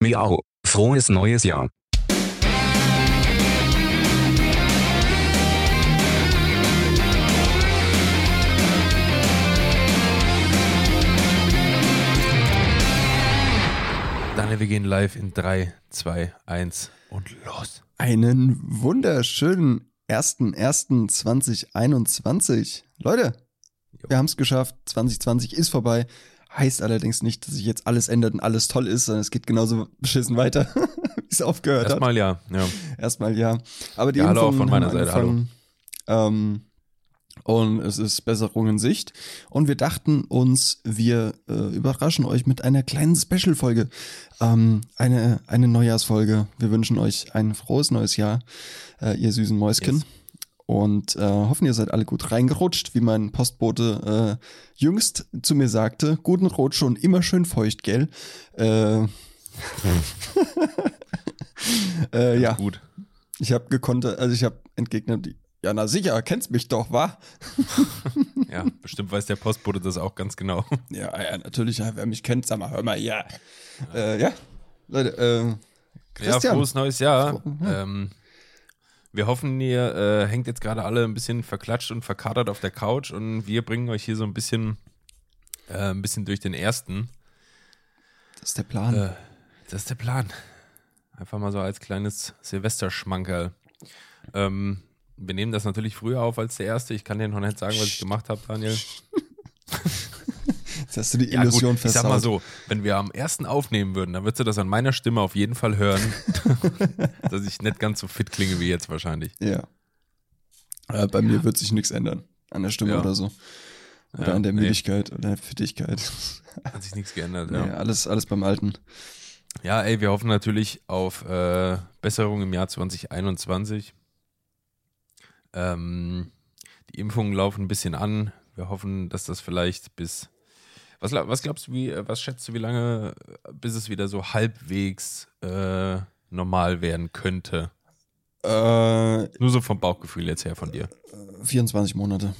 Miau. Frohes neues Jahr. Daniel, wir gehen live in 3, 2, 1 und los. Einen wunderschönen 01.01.2021. Leute, Jo. wir haben es geschafft. 2020 ist vorbei. Heißt allerdings nicht, dass sich jetzt alles ändert und alles toll ist, sondern es geht genauso beschissen weiter, wie es aufgehört hat. Erstmal ja. ja. Erstmal ja. Aber die Ja, hallo auch Impfungen von meiner haben Seite, angefangen. Ähm, und es ist Besserung in Sicht. Und wir dachten uns, wir äh, überraschen euch mit einer kleinen Special-Folge. Ähm, eine, eine Neujahrsfolge. Wir wünschen euch ein frohes neues Jahr, äh, ihr süßen Mäuschen. Yes. Und äh, hoffen, ihr seid alle gut reingerutscht, wie mein Postbote äh, jüngst zu mir sagte. Guten Rutsch und immer schön feucht, gell? Äh, Hm. äh, ja, Gut. ich habe gekonnt, also ich habe entgegnet, die- ja, na sicher, kennst mich doch, wa? Ja, bestimmt weiß der Postbote das auch ganz genau. Ja, ja, natürlich, ja, wer mich kennt, sag mal, hör mal, ja. Äh, ja, Leute, äh, Christian. mhm. Ja, frohes neues Jahr. Frohe- Ähm, wir hoffen, ihr äh, hängt jetzt gerade alle ein bisschen verklatscht und verkatert auf der Couch und wir bringen euch hier so ein bisschen, äh, ein bisschen durch den ersten. das ist der Plan. Äh, das ist der Plan. Einfach mal so als kleines Silvesterschmankerl. Ähm, wir nehmen das natürlich früher auf als der erste. Ich kann dir noch nicht sagen, was ich gemacht habe, Daniel. Jetzt hast du die Ja, gut, Illusion ich versaut. sag mal so, wenn wir am ersten aufnehmen würden, dann würdest du das an meiner Stimme auf jeden Fall hören, dass ich nicht ganz so fit klinge wie jetzt wahrscheinlich. Ja. Äh, bei mir wird sich nichts ändern. An der Stimme Ja. oder so. Oder Ja, an der nee. Müdigkeit oder Fittigkeit. Hat sich nichts geändert. Ja. Ja. Nee, alles, alles beim Alten. Ja, ey, wir hoffen natürlich auf äh, Besserung im Jahr 2021. Ähm, die Impfungen laufen ein bisschen an. Wir hoffen, dass das vielleicht bis. Was, gla- was glaubst du, wie, äh, was schätzt du, wie lange, äh, bis es wieder so halbwegs äh, normal werden könnte? Äh, Nur so vom Bauchgefühl jetzt her von dir. 24 Monate.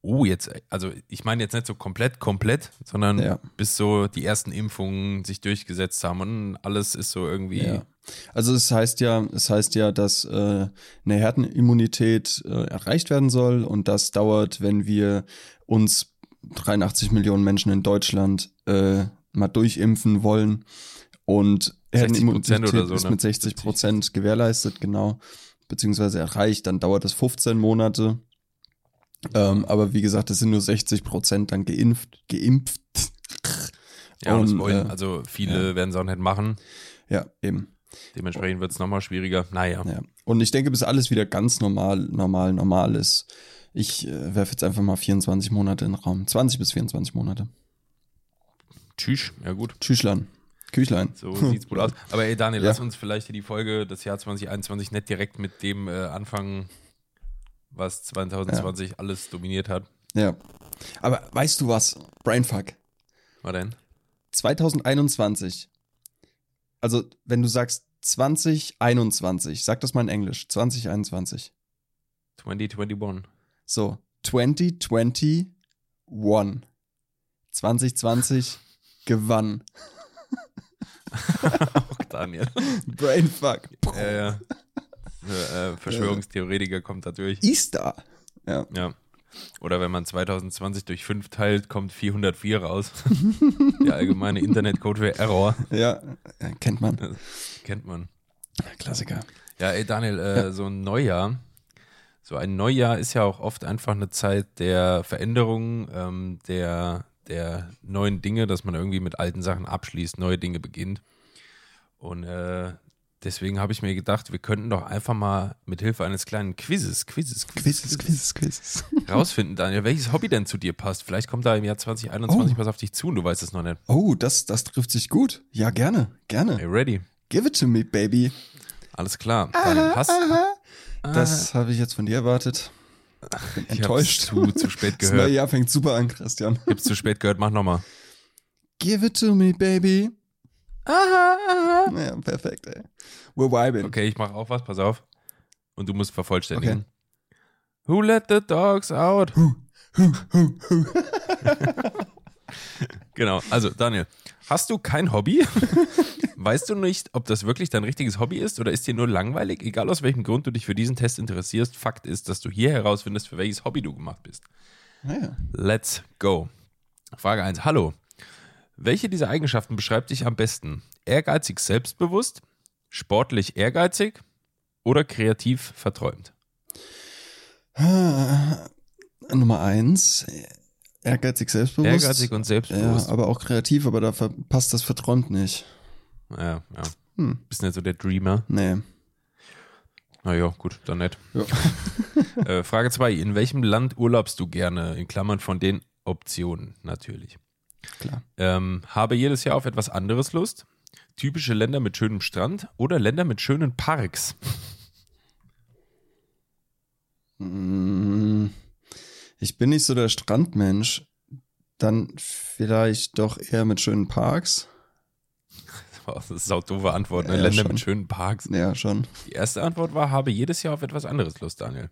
Oh, jetzt, äh, also ich meine jetzt nicht so komplett, komplett, sondern Ja. bis so die ersten Impfungen sich durchgesetzt haben und alles ist so irgendwie. Ja. Also es heißt ja, es heißt ja, dass äh, eine Herdenimmunität äh, erreicht werden soll und das dauert, wenn wir uns 83 Millionen Menschen in Deutschland äh, mal durchimpfen wollen und 60% Herdenimmunität oder so, ist ne? mit 60 Prozent gewährleistet, genau, beziehungsweise erreicht, dann dauert das 15 Monate. Ähm, aber wie gesagt, es sind nur 60 Prozent dann geimpft, geimpft. Ja, und, das Und, wollen, äh, also viele werden es auch nicht machen. Ja, eben. Dementsprechend wird es nochmal schwieriger. Naja, Ja. Und ich denke, bis alles wieder ganz normal, normal, normal ist. Ich äh, werfe jetzt einfach mal 24 Monate in den Raum. 20 bis 24 Monate. tschüss. Ja gut, Tschüchlein. Küchlein. so sieht's wohl aus. Aber ey Daniel, Ja. lass uns vielleicht hier die Folge das Jahr 2021 nicht direkt mit dem äh, anfangen, was 2020 alles dominiert hat. Ja. Aber weißt du was? Brainfuck. War denn? 2021. Also, wenn du sagst 2021, sag das mal in Englisch. 2021. 2021. So. 2021. 2020 gewann. Auch Daniel. Brainfuck. ja, ja. Äh, äh, Verschwörungstheoretiker kommt da durch. Easter. Ja. Ja. Oder wenn man 2020 durch 5 teilt, kommt 404 raus. Der allgemeine Internetcode für Error. Ja, äh, kennt man. Kennt man. Klassiker. Ja, ey Daniel, äh, so ein Neujahr, so ein Neujahr ist ja auch oft einfach eine Zeit der Veränderung, ähm, der, der neuen Dinge, dass man irgendwie mit alten Sachen abschließt, neue Dinge beginnt. Und äh, deswegen habe ich mir gedacht, wir könnten doch einfach mal mit Hilfe eines kleinen Quizzes, Quizzes, Quizzes, Quizzes, Quizzes, Quizzes. rausfinden, Daniel, welches Hobby denn zu dir passt. Vielleicht kommt da im Jahr 2021 was auf dich zu und du weißt es noch nicht. Oh, das, das trifft sich gut. Ja, gerne, gerne. Hey, ready? Give it to me, baby. Alles klar. Daniel, hast Das habe ich jetzt von dir erwartet. Bin Ah. ich hab's enttäuscht. zu, zu spät Das neue gehört. Jahr fängt super an, Christian. Ich hab's zu spät gehört, mach nochmal. Give it to me, baby. Ja, perfekt, ey. We're vibing. Okay, ich mache auch was, pass auf. Und du musst vervollständigen. Okay. Who let the dogs out? genau, also Daniel, Hast du kein Hobby? weißt du nicht, ob das wirklich dein richtiges Hobby ist oder ist dir nur langweilig? Egal aus welchem Grund du dich für diesen Test interessierst, Fakt ist, dass du hier herausfindest, für welches Hobby du gemacht bist. Naja. Let's go. Frage 1. Hallo. Welche dieser Eigenschaften beschreibt dich am besten? Ehrgeizig selbstbewusst, sportlich ehrgeizig oder kreativ verträumt? Ah, Nummer eins, ehrgeizig selbstbewusst. Ehrgeizig und ja, selbstbewusst. aber auch kreativ, aber da verpasst das verträumt nicht. Ja, ja. Hm. Bist nicht so der Dreamer. Nee. Naja, gut, dann nett. Ja. Äh, Frage 2. In welchem Land urlaubst du gerne? In Klammern von den Optionen natürlich. Klar. Ähm, habe jedes Jahr auf etwas anderes Lust? Typische Länder mit schönem Strand oder Länder mit schönen Parks? Mm, Ich bin nicht so der Strandmensch. Dann vielleicht doch eher mit schönen Parks. Boah, Das ist eine doofe Antwort. Ne? Ja, Länder schon. mit schönen Parks. Ja, schon. Die erste Antwort war, habe jedes Jahr auf etwas anderes Lust, Daniel.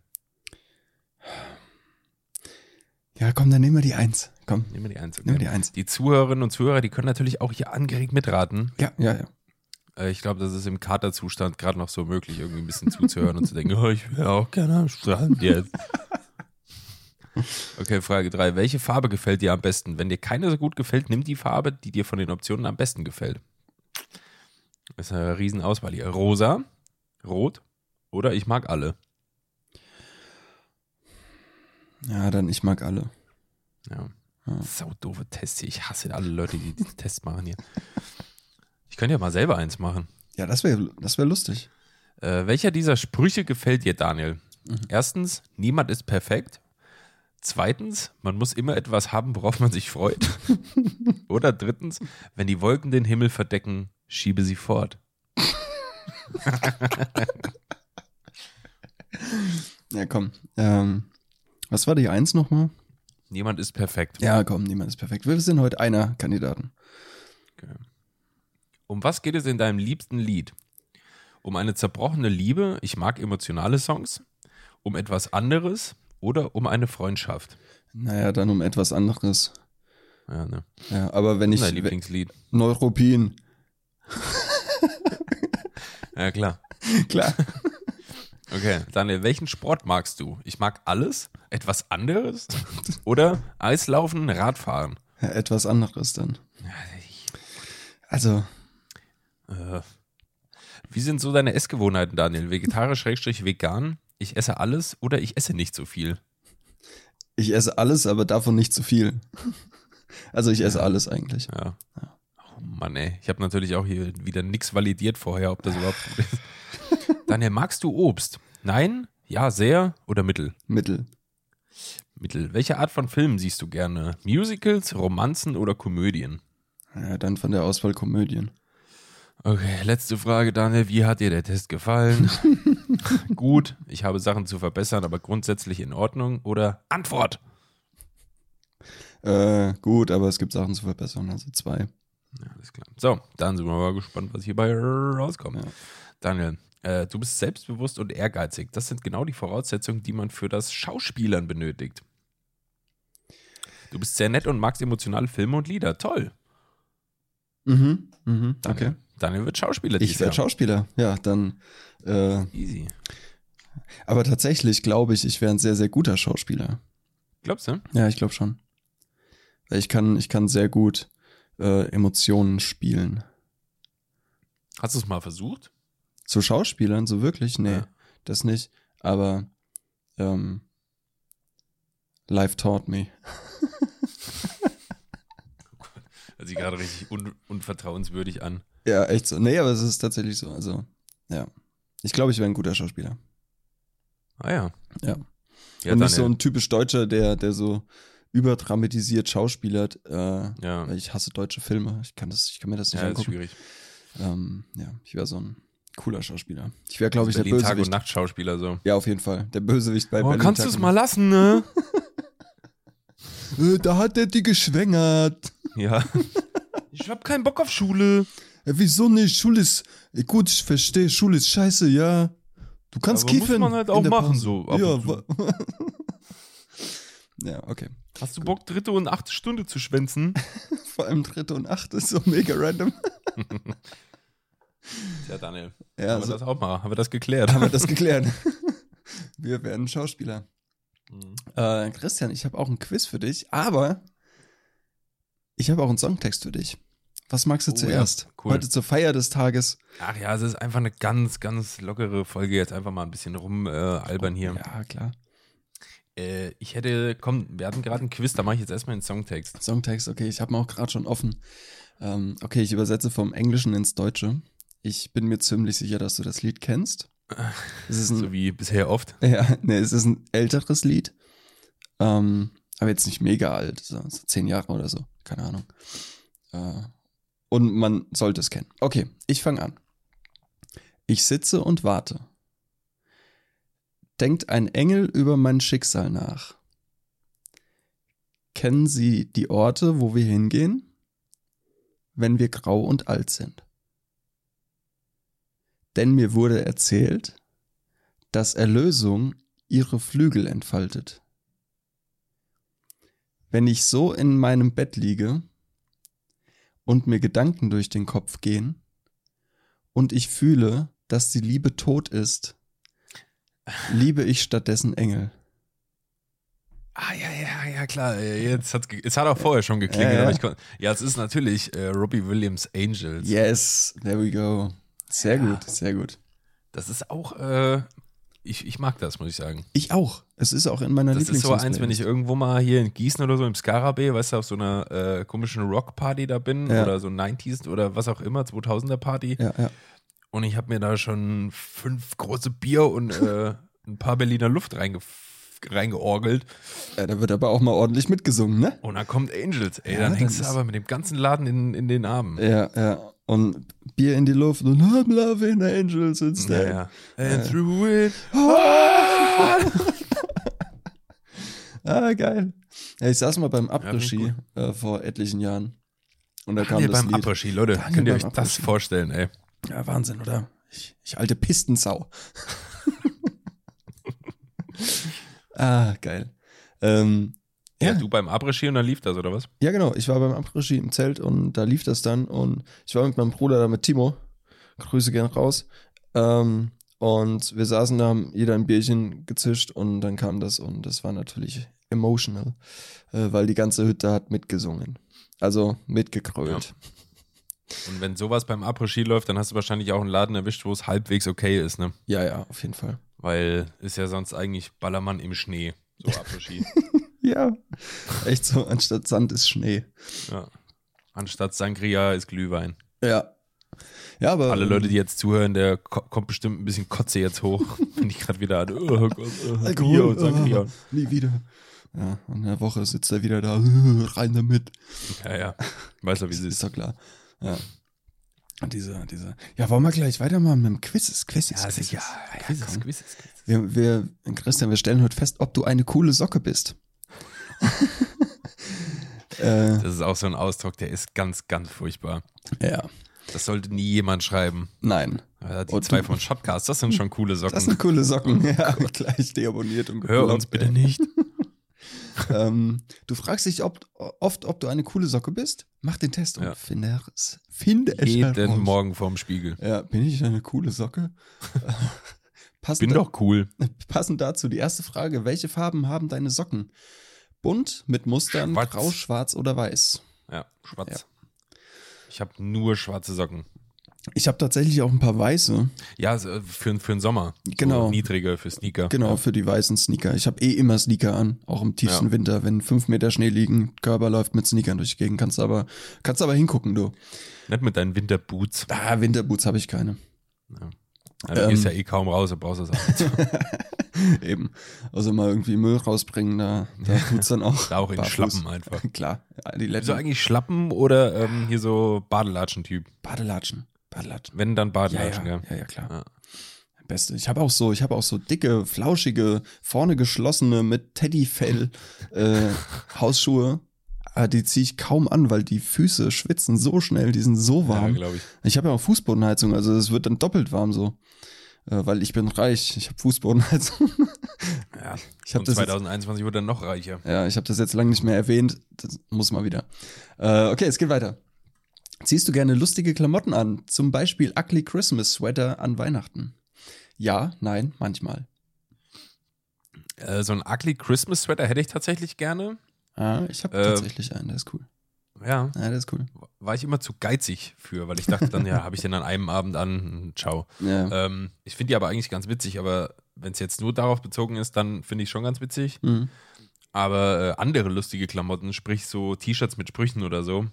Ja, komm, dann nehmen wir die Eins. Komm, Nehmen wir die eins. nehmen Okay. wir die Eins. Die Zuhörerinnen und Zuhörer, die können natürlich auch hier angeregt mitraten. Ja, ja, ja. Äh, Ich glaube, das ist im Katerzustand gerade noch so möglich, irgendwie ein bisschen zuzuhören und zu denken, oh, ich wäre auch gerne am Strand jetzt. Okay, Frage 3. Welche Farbe gefällt dir am besten? Wenn dir keine so gut gefällt, nimm die Farbe, die dir von den Optionen am besten gefällt. Das ist eine Riesenauswahl hier. Rosa, Rot oder ich mag alle. Ja, dann ich mag alle. Ja. Ja. Sau doofe Tests. hier. Ich hasse alle Leute, die die Tests machen hier. Ich könnte ja mal selber eins machen. Ja, das wäre das wär lustig. Äh, welcher dieser Sprüche gefällt dir, Daniel? Erstens, niemand ist perfekt. Zweitens, man muss immer etwas haben, worauf man sich freut. Oder drittens, wenn die Wolken den Himmel verdecken, schiebe sie fort. Ja, komm. Ähm, was war die Eins nochmal? Niemand ist perfekt. Ja, komm, niemand ist perfekt. Wir sind heute einer Kandidaten. Um was geht es in deinem liebsten Lied? Um eine zerbrochene Liebe, ich mag emotionale Songs, um etwas anderes oder um eine Freundschaft. Naja, dann um etwas anderes. Ja, ne? Ja, aber wenn ich. Dein Lieblingslied. Neuropin. Ja, klar. Klar. Okay, Daniel, welchen Sport magst du? Ich mag alles, etwas anderes oder Eislaufen, Radfahren. Ja, etwas anderes dann. Also, Äh, Wie sind so deine Essgewohnheiten, Daniel? Vegetarisch, Schrägstrich, vegan? Ich esse alles oder ich esse nicht so viel? ich esse alles, aber davon nicht zu viel. Also, ich esse alles eigentlich. Ja. Oh Mann, ey. Ich habe natürlich auch hier wieder nichts validiert vorher, ob das überhaupt ist. Daniel, magst du Obst? Nein? Ja, sehr oder mittel? Mittel. Mittel. Welche Art von Filmen siehst du gerne? Musicals, Romanzen oder Komödien? Ja, dann von der Auswahl Komödien. Okay, letzte Frage, Daniel. Wie hat dir der Test gefallen? Gut, ich habe Sachen zu verbessern, aber grundsätzlich in Ordnung. Oder Antwort. Äh, gut, aber es gibt Sachen zu verbessern, also zwei. Ja, alles klar. So, dann sind wir mal gespannt, was hierbei rauskommt. Ja. Daniel, äh, du bist selbstbewusst und ehrgeizig. Das sind genau die Voraussetzungen, die man für das Schauspielern benötigt. Du bist sehr nett und magst emotionale Filme und Lieder. Toll. Mhm, mhm, Daniel, Daniel wird Schauspieler. Ich werde Schauspieler. Schauspieler, ja, dann. Äh, Easy. aber tatsächlich glaube ich, ich wäre ein sehr, sehr guter Schauspieler. Glaubst du? Ja, ich glaube schon. Weil ich kann, ich kann sehr gut äh, Emotionen spielen. Hast du es mal versucht? Zu Schauspielern, so wirklich? Nee, Ja. das nicht. Aber ähm, Life taught me. Hört sich gerade richtig un unvertrauenswürdig an. Ja, echt so. Nee, aber es ist tatsächlich so. Also, ja. Ich glaube, ich wäre ein guter Schauspieler. Ah ja. Ja. Ja, Und Daniel. nicht so ein typisch Deutscher, der, der so überdramatisiert schauspielert. Äh, ja. Weil ich hasse deutsche Filme. Ich kann, das, ich kann mir das nicht ja, ist angucken. schwierig. Ähm, ja, ich wäre so ein cooler Schauspieler. Ich wäre, glaube ich, der Berlin Tag- und Bösewicht. Nachtschauspieler so. Ja, auf jeden Fall. Der Bösewicht bei Oh, Berlin kannst du Tag es und mal lassen, ne? Nacht. Äh, Da hat der die geschwängert. ja. Ich hab keinen Bock auf Schule. Äh, Wieso nicht? Schule ist. äh, Gut, ich verstehe. Schule ist scheiße, ja. Du kannst Aber muss kiffen. man halt in auch der machen, Pause. so ab und Ja, wa- ja, okay. Hast du Bock, dritte und achte Stunde zu schwänzen? Vor allem dritte und achte ist so mega random. Tja, Daniel. Ja, haben wir so das auch mal? Haben wir das geklärt? haben wir das geklärt. Wir werden Schauspieler. Mhm. Äh, Christian, ich habe auch ein Quiz für dich, aber ich habe auch einen Songtext für dich. Was magst du Oh, ja. zuerst? Cool. Heute zur Feier des Tages. Ach ja, es ist einfach eine ganz, ganz lockere Folge. Jetzt einfach mal ein bisschen rumalbern hier. Ja, klar. Äh, ich hätte, komm, wir hatten gerade einen Quiz, da mache ich jetzt erstmal den Songtext. Songtext, okay, ich habe ihn auch gerade schon offen. Ähm, okay, ich übersetze vom Englischen ins Deutsche. Ich bin mir ziemlich sicher, dass du das Lied kennst. Es ist ein, So wie bisher oft. ja, nee, es ist ein älteres Lied. Ähm, aber jetzt nicht mega alt, so, so zehn Jahre oder so, keine Ahnung. Äh, und man sollte es kennen. Okay, ich fange an. Ich sitze und warte. Denkt ein Engel über mein Schicksal nach. Kennen Sie die Orte, wo wir hingehen? Wenn wir grau und alt sind. Denn mir wurde erzählt, dass Erlösung ihre Flügel entfaltet. Wenn ich so in meinem Bett liege und mir Gedanken durch den Kopf gehen und ich fühle, dass die Liebe tot ist, liebe ich stattdessen Engel. Ah, ja, ja, ja, klar. Äh, Jetzt hat es hat auch vorher schon geklingelt. Ja, ja. aber ich kon- ja es ist natürlich äh, Robbie Williams Angels. Yes, there we go. Sehr Ja. gut, sehr gut. Das ist auch, äh, ich, ich mag das, muss ich sagen. Ich auch. Es ist auch in meiner Das ist so eins, wenn ich Lieblings- irgendwo mal hier in Gießen oder so im Skarabee, weißt du, auf so einer äh, komischen Rockparty da bin Ja. oder so 90s oder was auch immer, 2000er Party. Ja, ja. Und ich habe mir da schon fünf große Bier und äh, ein paar Berliner Luft reinge reingeorgelt. ja, da wird aber auch mal ordentlich mitgesungen, ne? Und dann kommt Angels. Ey, Ja, dann dann hängst du ist- aber mit dem ganzen Laden in, in den Armen. Ja, ja. Und Bier in die Luft und I'm loving angels instead. Ja, ja. And through it. Ah, geil. Ja, ich saß mal beim Ja, Abrischi klingt äh, vor etlichen Jahren. Und da kam Daniel das beim Lied. Apres-Ski, Leute, Daniel könnt ihr beim euch das Après-Ski. vorstellen, ey. Ja, Wahnsinn, oder? Ich, ich alte Pistensau. ah, geil. Ähm, Ja, Ja. du beim Apres-Ski und dann lief das, oder was? ja, genau. Ich war beim Abrischi im Zelt und da lief das dann. Und ich war mit meinem Bruder da mit Timo. Grüße gern raus. Ähm, und wir saßen da, haben jeder ein Bierchen gezischt und dann kam das und das war natürlich emotional, äh, weil die ganze Hütte hat mitgesungen. Also mitgekrölt. Und wenn sowas beim Apres-Ski läuft, dann hast du wahrscheinlich auch einen Laden erwischt, wo es halbwegs okay ist, ne? Ja, ja, auf jeden Fall. Weil ist ja sonst eigentlich Ballermann im Schnee, so Apres-Ski. Ja. Echt so, anstatt Sand ist Schnee. ja. Anstatt Sangria ist Glühwein. Ja. Ja, aber. ähm, Alle Leute, die jetzt zuhören, der ko kommt bestimmt ein bisschen Kotze jetzt hoch, wenn ich gerade wieder an. Oh Gott, oh, Alkohol, Bier und Sangria. ah, nie wieder. Ja, in der Woche sitzt er wieder da, rein damit. Ja, ja. Weiß doch, wie es Ist ist. doch klar. Ja. Und diese, diese. Ja, wollen wir gleich weitermachen mit dem Quizzes, Quizzes, Quizzes. Quizzes, komm. Quizzes, Quizzes. Wir, wir, Christian, wir stellen heute fest, ob du eine coole Socke bist. äh, Das ist auch so ein Ausdruck, der ist ganz, ganz furchtbar. ja, Das sollte nie jemand schreiben. nein. Ja, die Und- zwei von Shotcast, das sind schon coole Oh, Das Socken. sind coole Socken. Ja, gleich deabonniert und Oh Hör geblockt, uns bitte ey. nicht. Ähm, du fragst dich ob, oft, ob du eine coole Socke bist. Mach den Test und Ja. finde es. Finde es Jeden heraus. Morgen vorm Spiegel. Ja, bin ich eine coole Socke? passend, Bin da- doch cool. passend dazu die erste Frage: Welche Farben haben deine Socken? Bunt, mit Mustern, Schwarz. grau, schwarz oder weiß? Ja, schwarz. Ich habe nur schwarze Socken. Ich habe tatsächlich auch ein paar weiße. Ja, so, äh, für, für den Sommer. Genau. So niedrige für Sneaker. Genau, für die weißen Sneaker. Ich habe eh immer Sneaker an, auch im tiefsten Ja. Winter, wenn fünf Meter Schnee liegen, Körper läuft mit Sneakern durch die Gegend. Kannst aber, kannst aber hingucken, du. Nicht mit deinen Winterboots. Ah, Winterboots habe ich keine. Ja, du Ähm. gehst ja eh kaum raus, du brauchst das auch nicht. Eben. Also mal irgendwie Müll rausbringen, da, da tut's dann auch. Da auch in barfuß. Schlappen einfach. Klar, ja, die Bist du letzten eigentlich Schlappen oder ähm, hier so Badelatschen-Typ? Badelatschen. Badelatschen. Wenn, dann Ja, ja, Badelatschen, ja, ja. ja, klar. Ja. Beste. Ich habe auch so, ich habe auch so dicke, flauschige, vorne geschlossene mit Teddyfell äh, Hausschuhe. Aber die ziehe ich kaum an, weil die Füße schwitzen so schnell, die sind so Ja, warm. glaube ich. ich habe ja auch Fußbodenheizung, also es wird dann doppelt warm so. äh, weil ich bin reich, ich habe Fußbodenheizung. Ja. Ich habe und das, jetzt- 2021 wurde dann noch reicher. ja, ich hab das jetzt lange nicht mehr erwähnt. Das muss mal wieder. Äh, okay, es geht weiter. Ziehst du gerne lustige Klamotten an? Zum Beispiel Ugly Christmas Sweater an Weihnachten? Ja, nein, manchmal. Äh, so ein ugly Christmas Sweater hätte ich tatsächlich gerne. Ah, ich habe Äh, tatsächlich einen, der ist cool. Ja, Ja, der ist cool. war ich immer zu geizig für, weil ich dachte dann, ja, habe ich den an einem Abend an, ciao. Ja. Ähm, ich finde die aber eigentlich ganz witzig, aber wenn es jetzt nur darauf bezogen ist, dann finde ich schon ganz witzig. Mhm. Aber äh, andere lustige Klamotten, sprich so T-Shirts mit Sprüchen oder so,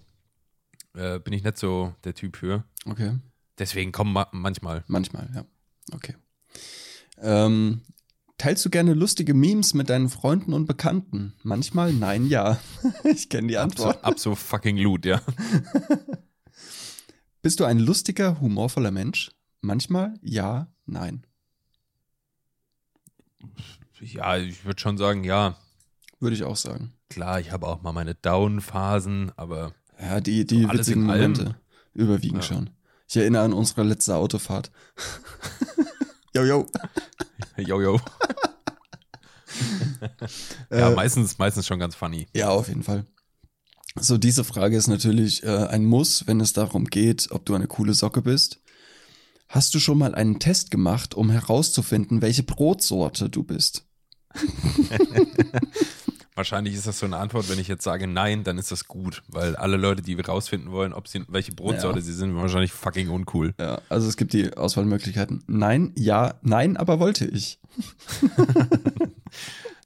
äh, bin ich nicht so der Typ für. Okay. Deswegen kommen ma manchmal. Manchmal, ja. Okay. Ähm, teilst du gerne lustige Memes mit deinen Freunden und Bekannten? Manchmal, nein, ja. ich kenne die Ab so, Antwort. ab so fucking loot, ja. Bist du ein lustiger, humorvoller Mensch? Manchmal, ja, nein. Ja, ich würde schon sagen, ja. Würde ich auch sagen. Klar, ich habe auch mal meine Down-Phasen, aber Ja, die, die So alles witzigen in allem. Momente überwiegen Ja. schon. Ich erinnere an unsere letzte Autofahrt. yo, yo. yo, yo. Äh, Ja, meistens, meistens schon ganz funny. Ja, auf jeden Fall. So, diese Frage ist natürlich äh, ein Muss, wenn es darum geht, ob du eine coole Socke bist. Hast du schon mal einen Test gemacht, um herauszufinden, welche Brotsorte du bist? Wahrscheinlich ist das so eine Antwort, wenn ich jetzt sage nein, dann ist das gut, weil alle Leute, die wir rausfinden wollen, ob sie welche Brotsorte Ja. sie sind, wahrscheinlich fucking uncool. Ja, also es gibt die Auswahlmöglichkeiten. Nein, ja, nein, aber wollte ich.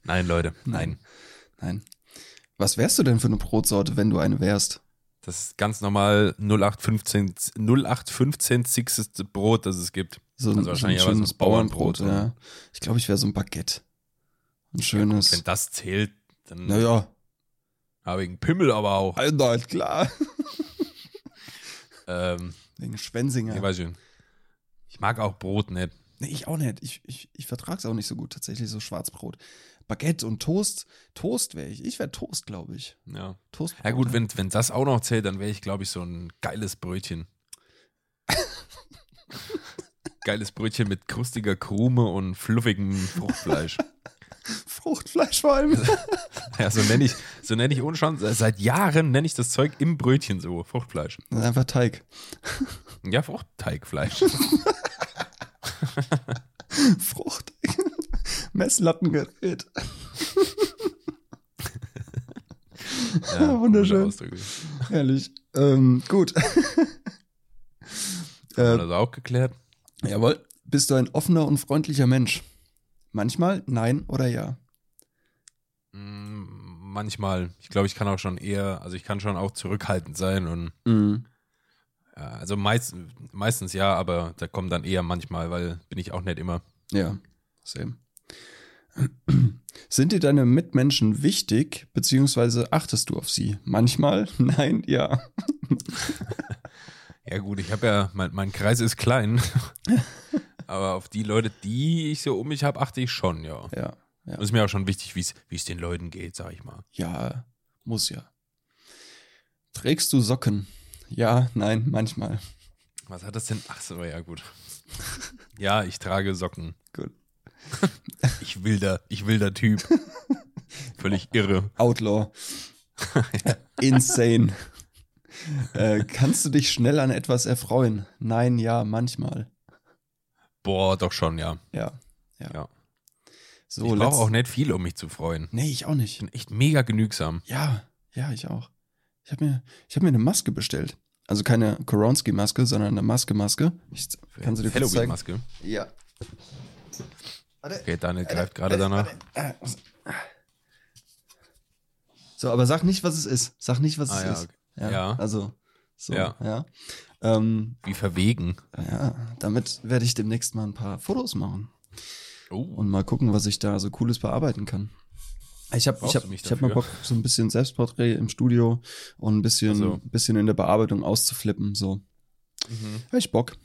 Nein, Leute, nein. Nein. Was wärst du denn für eine Brotsorte, wenn du eine wärst? Das ist ganz normal 0815 0815 sickste Brot, das es gibt. So ein, Also so ein wahrscheinlich aber so ein schönes Bauernbrot. Bauernbrot, oder? ja. Ich glaube, ich wäre so ein Baguette. Ein Wenn schönes. das zählt, dann naja, habe ich einen Pimmel aber auch. Alter, klar. Äh, Ähm, Wegen Schwensinger. nee, weiß ich, nicht. ich mag auch Brot nicht. Nee, ich auch nicht. Ich, ich, ich vertrag's auch nicht so gut, tatsächlich so Schwarzbrot. Baguette und Toast. Toast wäre ich. Ich wäre Toast, glaube ich. Ja, Toast. ja gut, wenn, wenn das auch noch zählt, dann wäre ich, glaube ich, so ein geiles Brötchen. geiles Brötchen mit krustiger Krume und fluffigem Fruchtfleisch. Fruchtfleisch vor allem. Ja, so nenne ich, so nenne ich ohne Schand, seit Jahren nenne ich das Zeug im Brötchen so, Fruchtfleisch. Das ist einfach Teig. Ja, Fruchtteigfleisch. Frucht. Messlattengerät. Ja, Wunderschön. Ausdruck. Herrlich. Ähm, gut. Haben äh, wir das auch geklärt? jawohl. Bist du ein offener und freundlicher Mensch? Manchmal nein oder ja. Mm, Manchmal. Ich glaube, ich kann auch schon eher, also ich kann schon auch zurückhaltend sein und Mhm. ja, also meist, meistens ja, aber da kommen dann eher manchmal, weil bin ich auch nicht immer. Ja, same. Sind dir deine Mitmenschen wichtig, beziehungsweise achtest du auf sie? Manchmal? Nein, ja. Ja gut, ich habe ja, mein, mein Kreis ist klein, aber auf die Leute, die ich so um mich habe, achte ich schon, ja. Ja, Und ist mir auch schon wichtig, wie es den Leuten geht, sag ich mal. ja, muss ja. Trägst du Socken? Ja, nein, manchmal. Was hat das denn? Ach so, ja gut. Ja, ich trage Socken. Gut. Ich wilder, ich wilder Typ. Völlig irre. Outlaw. Insane. äh, kannst du dich schnell an etwas erfreuen? Nein, ja, manchmal. Boah, doch schon, ja. Ja, ja. Ja. So, ich letzt- brauche auch nicht viel, um mich zu freuen. Nee, ich auch nicht. Ich bin echt mega genügsam. Ja, ja, ich auch. Ich habe mir, ich hab mir eine Maske bestellt. Also keine Koronski-Maske, sondern eine Maske-Maske. Ich- Kannst du dir kurz zeigen? Äh, Halloween-Maske. Ja. Okay, Daniel greift gerade danach. So, aber sag nicht, was es ist. Sag nicht, was Ah, es ja, ist. okay. Ja. Also, so, ja. Ja. Ja. Ähm, Wie verwegen. ja, damit werde ich demnächst mal ein paar Fotos machen Oh, und mal gucken, was ich da so Cooles bearbeiten kann. Ich habe ich Brauchst hab, du mich ich hab mal dafür? Bock, so ein bisschen Selbstporträt im Studio und ein bisschen, Ach so. ein bisschen in der Bearbeitung auszuflippen. So. Mhm. Hab ich Bock.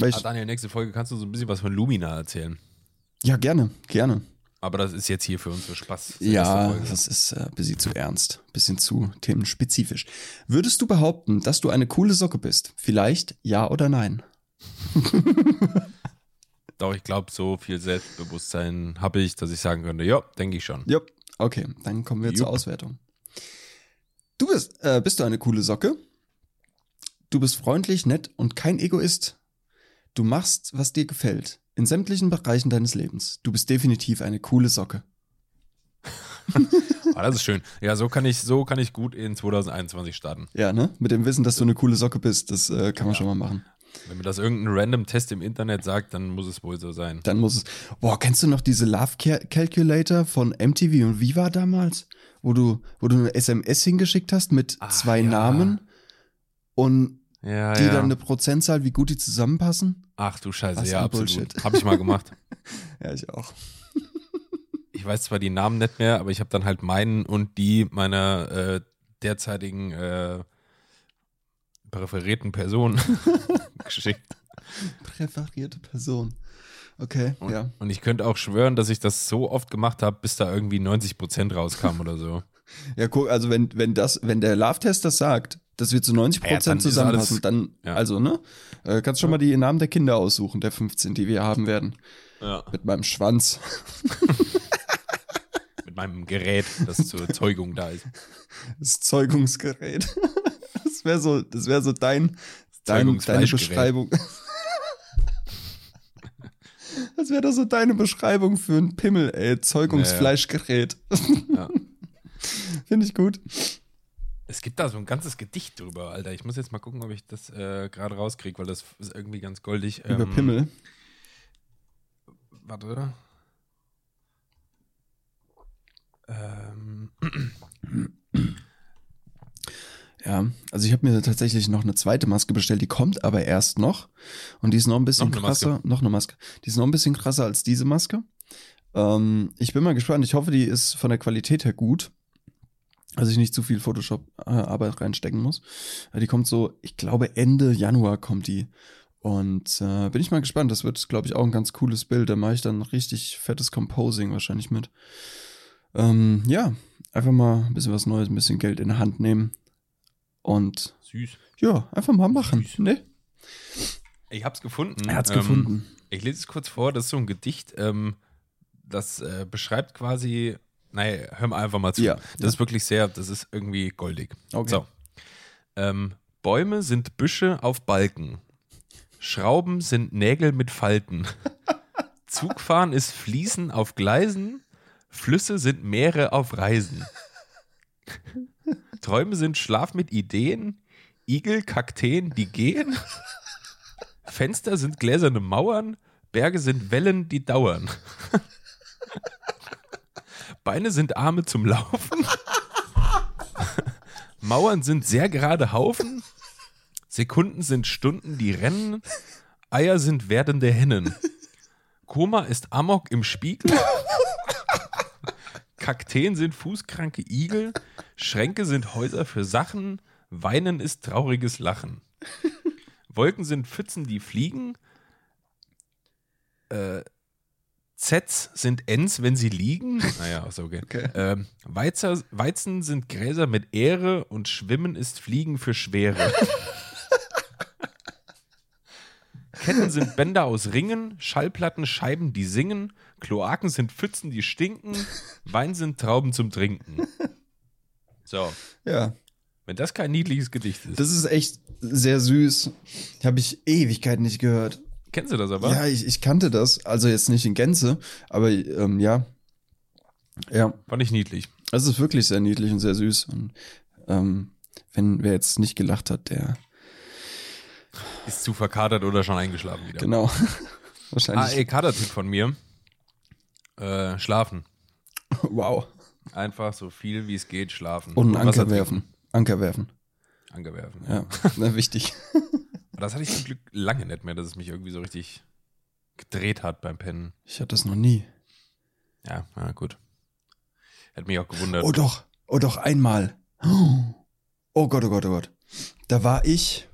Weil ich, Ah, Daniel, nächste Folge kannst du so ein bisschen was von Lumina erzählen. ja, gerne, gerne. Aber das ist jetzt hier für uns für Spaß. Das ist die Ja, erste Folge. das ist äh, ein bisschen zu ernst, ein bisschen zu themenspezifisch. Würdest du behaupten, dass du eine coole Socke bist? Vielleicht ja oder nein? Doch, ich glaube, so viel Selbstbewusstsein habe ich, dass ich sagen könnte, ja, denke ich schon. Jupp. Okay, dann kommen wir zur Jupp. Auswertung. Du bist, äh, bist du eine coole Socke? Du bist freundlich, nett und kein Egoist. Du machst, was dir gefällt. In sämtlichen Bereichen deines Lebens. Du bist definitiv eine coole Socke. Ah, das ist schön. Ja, so kann ich, so kann ich gut in 2021 starten. Ja, ne? Mit dem Wissen, dass du eine coole Socke bist, das äh, kann man schon mal machen. Wenn mir das irgendein random Test im Internet sagt, dann muss es wohl so sein. Dann muss es. Boah, kennst du noch diese Love Cal- Calculator von MTV und Viva damals? Wo du, wo du eine SMS hingeschickt hast mit Ah, zwei ja. Namen und Ja, die Ah, ja. dann eine Prozentzahl, wie gut die zusammenpassen? Ach du Scheiße, Was ja, ein absolut. Bullshit. Habe ich mal gemacht. Ja, ich auch. Ich weiß zwar die Namen nicht mehr, aber ich habe dann halt meinen und die meiner äh, derzeitigen äh, präferierten Person geschickt. Präferierte Person. Okay, Und, ja. und ich könnte auch schwören, dass ich das so oft gemacht habe, bis da irgendwie 90 Prozent rauskam oder so. Ja, guck, also wenn, wenn das, wenn der Love-Test das sagt, dass wir zu 90 Ja, dann Prozent ist zusammenpassen, alles- dann, ja. also, ne? Äh, kannst schon mal die Namen der Kinder aussuchen, der 15, die wir haben werden. Ja. Mit meinem Schwanz. Mit meinem Gerät, das zur Zeugung da ist. Das Zeugungsgerät. Das wäre so, das wäre so dein, dein deine Zeugungsfleischgerät. Beschreibung. Das wäre doch so deine Beschreibung für einen Pimmel, ey. Zeugungsfleischgerät. Ja. Finde ich gut. Es gibt da so ein ganzes Gedicht drüber, Alter. Ich muss jetzt mal gucken, ob ich das äh, gerade rauskriege, weil das ist irgendwie ganz goldig. Über Ähm, Pimmel. Warte. Ähm, Ja, also ich habe mir tatsächlich noch eine zweite Maske bestellt, die kommt aber erst noch. Und die ist noch ein bisschen Noch eine Maske. krasser. Noch eine Maske. Die ist noch ein bisschen krasser als diese Maske. Ähm, ich bin mal gespannt. Ich hoffe, die ist von der Qualität her gut. Dass ich nicht zu viel Photoshop-Arbeit reinstecken muss. Äh, Die kommt so, ich glaube, Ende Januar kommt die. Und äh, bin ich mal gespannt. Das wird, glaube ich, auch ein ganz cooles Bild. Da mache ich dann richtig fettes Composing wahrscheinlich mit. Ähm, ja, einfach mal ein bisschen was Neues, ein bisschen Geld in die Hand nehmen. Und süß. ja, einfach mal machen. Süß. Ne? Ich hab's gefunden. Er hat's Ähm, gefunden. Ich lese es kurz vor, das ist so ein Gedicht, ähm, das äh, beschreibt quasi, naja, hör mal einfach mal zu. Ja. Das ist wirklich sehr, das ist irgendwie goldig. Okay. So. Ähm, Bäume sind Büsche auf Balken. Schrauben sind Nägel mit Falten. Zugfahren ist Fließen auf Gleisen. Flüsse sind Meere auf Reisen. Träume sind Schlaf mit Ideen. Igel, Kakteen, die gehen. Fenster sind gläserne Mauern. Berge sind Wellen, die dauern. Beine sind Arme zum Laufen. Mauern sind sehr gerade Haufen. Sekunden sind Stunden, die rennen. Eier sind werdende Hennen. Koma ist Amok im Spiegel. Kakteen sind fußkranke Igel. Schränke sind Häuser für Sachen. Weinen ist trauriges Lachen. Wolken sind Pfützen, die fliegen. Äh, Zs sind Ns, wenn sie liegen. Naja, ist okay. Hm. Okay. Ähm, Weizer, Weizen sind Gräser mit Ehre und Schwimmen ist Fliegen für Schwere. Ketten sind Bänder aus Ringen, Schallplatten Scheiben, die singen, Kloaken sind Pfützen, die stinken, Wein sind Trauben zum Trinken. So, Ja, wenn das kein niedliches Gedicht ist. das ist echt sehr süß. Habe ich Ewigkeiten nicht gehört. Kennst du das aber? Ja, ich, ich kannte das. Also jetzt nicht in Gänze, aber ähm, ja. Ja, Fand ich niedlich. es ist wirklich sehr niedlich und sehr süß. Und ähm, wenn wer jetzt nicht gelacht hat, der. Ist zu verkadert oder schon eingeschlafen wieder. Genau. Ah, Wahrscheinlich. ey, Kadertipp von mir. Äh, schlafen. wow. Einfach so viel wie es geht schlafen. Und einen Wasser trinken. Anker werfen. Anker werfen. Anker werfen. Ja, na, wichtig. Aber das hatte ich zum Glück lange nicht mehr, dass es mich irgendwie so richtig gedreht hat beim Pennen. Ich hatte das noch nie. Ja, ja gut. Hätte mich auch gewundert. Oh doch, oh doch, einmal. Oh Gott, oh Gott, oh Gott. Da war ich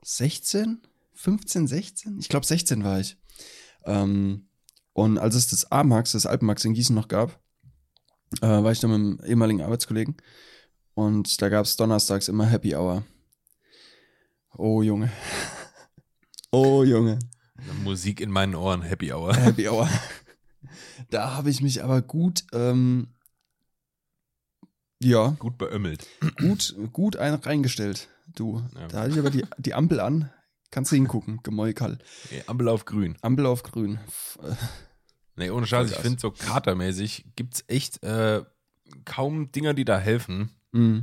16, 15, 16? Ich glaube 16 war ich. Ähm, und als es das A-Max, das Alpenmax in Gießen noch gab, äh, war ich da mit einem ehemaligen Arbeitskollegen und da gab es donnerstags immer Happy Hour. Oh Junge. Oh Junge. Musik in meinen Ohren, Happy Hour. Happy Hour. Da habe ich mich aber gut, ähm, ja, Gut beömmelt. gut, gut ein, reingestellt. Du, Ja. da hatte ich aber die, die Ampel an. Kannst du hingucken, Gemäukal. Ey, Ampel auf grün. Ampel auf grün. F- äh, Nee, ohne Scheiß, ich Vollgas. finde so katermäßig gibt's echt äh, kaum Dinger, die da helfen. mm.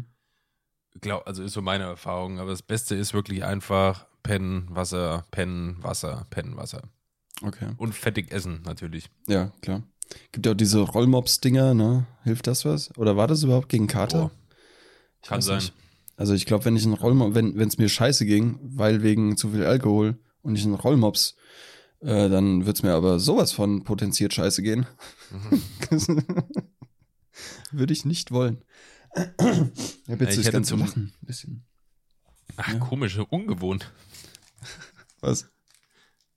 Glaub, also ist so meine Erfahrung, aber das Beste ist wirklich einfach pennen, Wasser, pennen, Wasser, pennen, Wasser. Okay. Und fettig essen natürlich. Ja, klar. Gibt ja auch diese Rollmops-Dinger, ne? Hilft das was? Oder war das überhaupt gegen Kater? Boah. Ich Kann weiß sein. nicht. Also ich glaube, wenn ich einen Rollmops, wenn es mir scheiße ging, weil wegen zu viel Alkohol und ich einen Rollmops, äh, dann wird es mir aber sowas von potenziert scheiße gehen. Würde ich nicht wollen. ich hab Ich jetzt das hätte ganze zum- Lachen ein bisschen. Ach, Ja. komisch, ungewohnt. Was?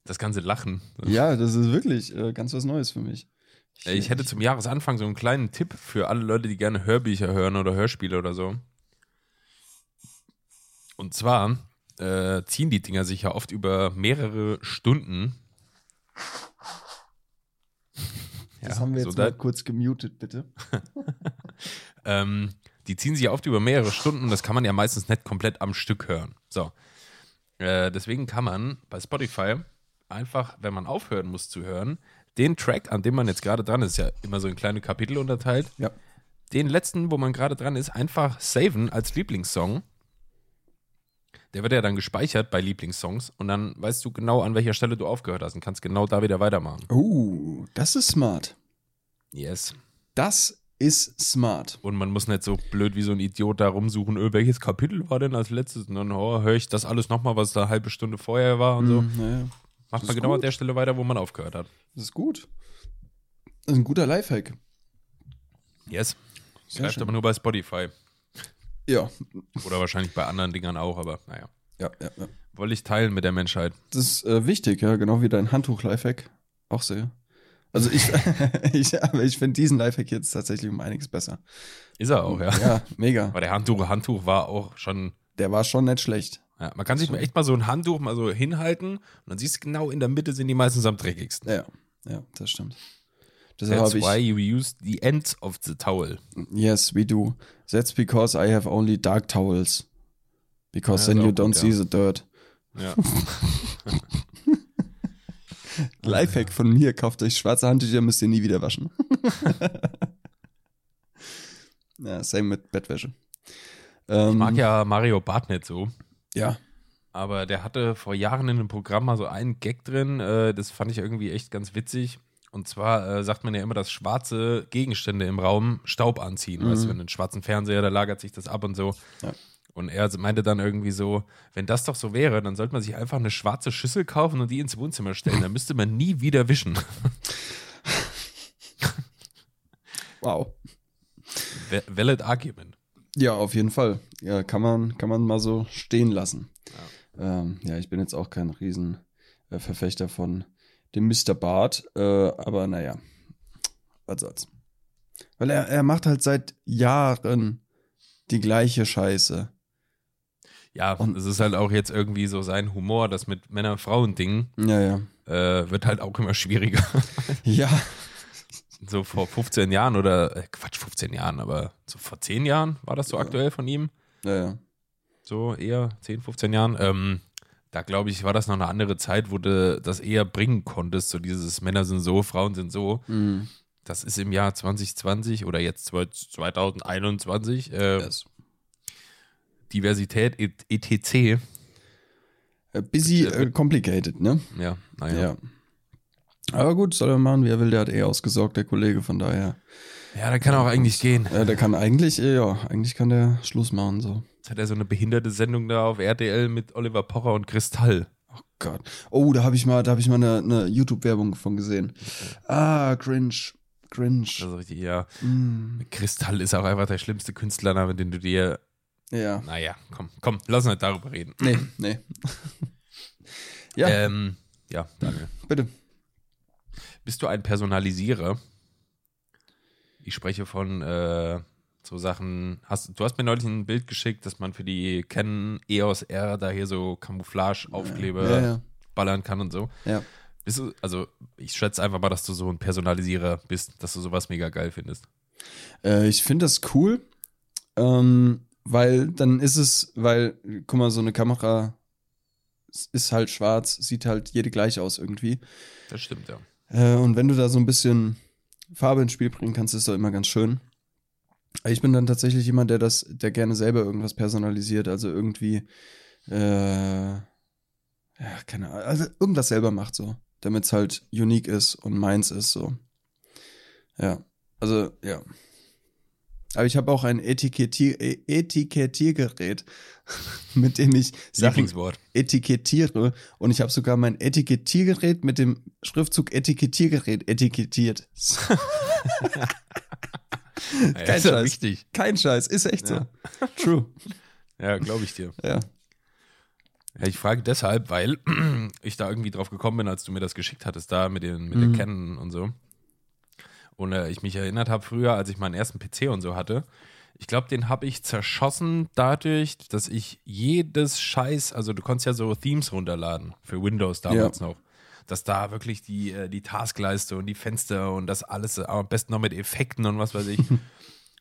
Das ganze Lachen. Ja, das ist wirklich äh, ganz was Neues für mich. Ey, Ich hätte ich- zum Jahresanfang so einen kleinen Tipp für alle Leute, die gerne Hörbücher hören oder Hörspiele oder so. Und zwar äh, ziehen die Dinger sich ja oft über mehrere Stunden. das haben wir so jetzt da- mal kurz gemutet, bitte. ähm, die ziehen sich ja oft über mehrere Stunden und das kann man ja meistens nicht komplett am Stück hören. So. Äh, deswegen kann man bei Spotify einfach, wenn man aufhören muss zu hören, den Track, an dem man jetzt gerade dran ist, ja immer so in kleine Kapitel unterteilt, Ja. den letzten, wo man gerade dran ist, einfach saven als Lieblingssong. Der wird ja dann gespeichert bei Lieblingssongs und dann weißt du genau, an welcher Stelle du aufgehört hast und kannst genau da wieder weitermachen. Oh, das ist smart. Yes. Das ist smart. Und man muss nicht so blöd wie so ein Idiot da rumsuchen, öh, welches Kapitel war denn als letztes? Und dann oh, höre ich das alles nochmal, was da eine halbe Stunde vorher war und so. Mhm, naja, Macht ist man genau an gut. der Stelle weiter, wo man aufgehört hat. das ist gut. Das ist ein guter Lifehack. Yes. Sehr Greift schön. aber nur bei Spotify. Ja, Oder wahrscheinlich bei anderen Dingern auch, aber naja. ja, ja. ja. Wollte ich teilen mit der Menschheit. Das ist äh, wichtig, ja, genau wie dein Handtuch-Lifehack. Auch sehr. Also ich, ich, aber ich finde diesen Lifehack jetzt tatsächlich um einiges besser. Ist er auch, Oh, ja. Ja, mega. Aber der Handtuch, Handtuch war auch schon Der war schon nicht schlecht. Ja, man kann sich mal echt mal so ein Handtuch mal so hinhalten und dann siehst du genau in der Mitte sind die meistens am dreckigsten. Ja, ja, das stimmt. Deshalb That's habe why Also ich, you use the ends of the towel. yes, we do. That's because I have only dark towels. Because Ja, then ist you auch don't gut, see ja. the dirt. Ja. Lifehack von mir, kauft euch schwarze Handtücher, müsst ihr nie wieder waschen. ja, same mit Bettwäsche. Ähm, Ich mag ja Mario Barth nicht so, Ja, aber der hatte vor Jahren in einem Programm mal so einen Gag drin, äh, das fand ich irgendwie echt ganz witzig. Und zwar äh, sagt man ja immer, dass schwarze Gegenstände im Raum Staub anziehen. Weißt du, wenn du einen schwarzen Fernseher, da lagert sich das ab und so. Mhm. Ja. Und er meinte dann irgendwie so, wenn das doch so wäre, dann sollte man sich einfach eine schwarze Schüssel kaufen und die ins Wohnzimmer stellen. Dann müsste man nie wieder wischen. wow. Va- Valid Argument. Ja, auf jeden Fall. Ja, kann man, kann man mal so stehen lassen. Ja, ähm, ja ich bin jetzt auch kein Riesenverfechter äh, Verfechter von dem Mr. Bart, äh, aber naja, was soll's. Weil er, er macht halt seit Jahren die gleiche Scheiße. Ja, Und- es ist halt auch jetzt irgendwie so sein Humor, das mit Männer-Frauen-Ding Ja, ja. äh, wird halt auch immer schwieriger. Ja, so vor 15 Jahren oder, äh, Quatsch, 15 Jahren, aber so vor 10 Jahren war das so Ja. aktuell von ihm. ja, ja. So eher 10, 15 Jahren. Ähm, da glaube ich, war das noch eine andere Zeit, wo du das eher bringen konntest. So dieses Männer sind so, Frauen sind so. Mhm. Das ist im Jahr 2020 oder jetzt 2021. Äh, Yes. Diversität et- etc. Äh, Busy äh, complicated, ne? Ja, naja. Ja. Aber gut, soll er machen, wie er will. Der hat eh ausgesorgt, der Kollege, von daher. Ja, da kann er auch eigentlich gehen. Äh, der kann eigentlich, äh, ja, eigentlich kann der Schluss machen, so. Jetzt hat er so eine behinderte Sendung da auf RTL mit Oliver Pocher und Kristall. Gott. Oh, da habe ich mal, da habe ich mal eine, eine YouTube-Werbung von gesehen. Ah, cringe. Cringe. Also richtig, ja. Mm. Kristall ist auch einfach der schlimmste Künstlername, den du dir. Ja. Naja, komm, komm, lass uns nicht darüber reden. Nee, nee. ja, Ähm, ja, Daniel. bitte. Bist du ein Personalisierer? Ich spreche von äh, so Sachen. Hast, du hast mir neulich ein E Bild geschickt, dass man für die Canon EOS R da hier so Camouflage-Aufkleber Ja, ja. ballern kann und so. Ja. Bist du, also ich schätze einfach mal, dass du so ein Personalisierer bist, dass du sowas mega geil findest. Äh, ich finde das cool, ähm, weil dann ist es, weil, guck mal, so eine Kamera s- ist halt schwarz, sieht halt jede gleich aus irgendwie. Das stimmt, ja. Äh, und wenn du da so ein bisschen Farbe ins Spiel bringen kannst, ist doch immer ganz schön. Ich bin dann tatsächlich jemand, der das, der gerne selber irgendwas personalisiert, also irgendwie, äh, ja, keine Ahnung, also irgendwas selber macht so, damit es halt unique ist und meins ist so. Ja, also ja. Aber ich habe auch ein Etikettier E- Etikettiergerät, mit dem ich Sachen Lieblingswort. etikettiere ne? und ich habe sogar mein Etikettiergerät mit dem Schriftzug Etikettiergerät etikettiert. Ja, ist ja Scheiß. wichtig. Kein Scheiß, ist echt Ja. so. True. Ja, glaube ich dir. Ja. Ja, ich frage deshalb, weil ich da irgendwie drauf gekommen bin, als du mir das geschickt hattest, da mit den mit Mhm. der Canon und so. Und äh, ich mich erinnert habe früher, als ich meinen ersten PC und so hatte. Ich glaube, den habe ich zerschossen dadurch, dass ich jedes Scheiß, also du konntest ja so Themes runterladen für Windows damals noch. Dass da wirklich die, äh, die Taskleiste und die Fenster und das alles, äh, am besten noch mit Effekten und was weiß ich.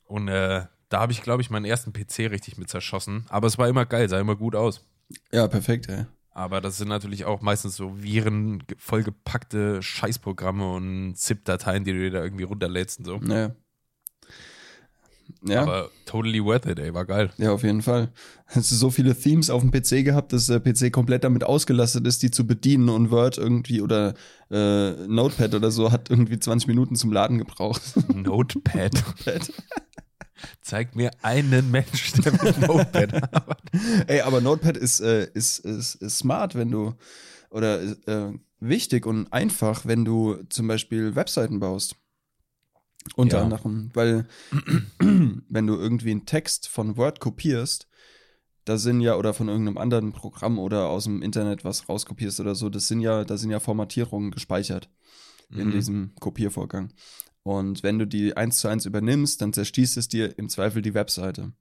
und äh, da habe ich, glaube ich, meinen ersten PC richtig mit zerschossen. Aber es war immer geil, sah immer gut aus. Ja, perfekt, ey. Aber das sind natürlich auch meistens so Viren ge- vollgepackte Scheißprogramme und ZIP-Dateien, die du dir da irgendwie runterlädst und so. Ja. Ja, Aber totally worth it, ey, war geil. ja, auf jeden Fall. Hast du so viele Themes auf dem PC gehabt, dass der PC komplett damit ausgelastet ist, die zu bedienen und Word irgendwie oder äh, Notepad oder so hat irgendwie 20 Minuten zum Laden gebraucht. Notepad. Zeigt mir einen Mensch, der mit Notepad arbeitet. Ey, aber Notepad ist, äh, ist, ist, ist smart, wenn du oder äh, wichtig und einfach, wenn du zum Beispiel Webseiten baust. Unter Ja. anderem, weil wenn du irgendwie einen Text von Word kopierst, da sind ja oder von irgendeinem anderen Programm oder aus dem Internet was rauskopierst oder so, das sind ja, da sind ja Formatierungen gespeichert in Mhm. diesem Kopiervorgang. Und wenn du die eins zu eins übernimmst, dann zerstießt es dir im Zweifel die Webseite.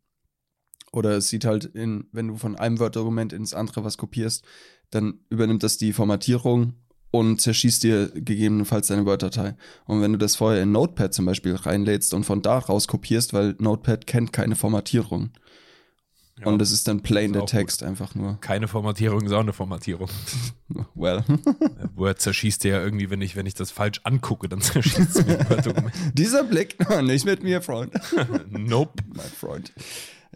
Oder es sieht halt in, wenn du von einem Word-Dokument ins andere was kopierst, dann übernimmt das die Formatierung und zerschießt dir gegebenenfalls deine Word-Datei. Und wenn du das vorher in Notepad zum Beispiel reinlädst und von da raus kopierst, weil Notepad kennt keine Formatierung. Ja. und es ist dann plain ist der auch gut. Text einfach nur. Keine Formatierung ist auch eine Formatierung. Well. Word zerschießt dir ja irgendwie, wenn ich, wenn ich das falsch angucke, dann zerschießt es mir ein Word-Dokument. Dieser Blick, nicht mit mir, Freund. Nope. mein Freund.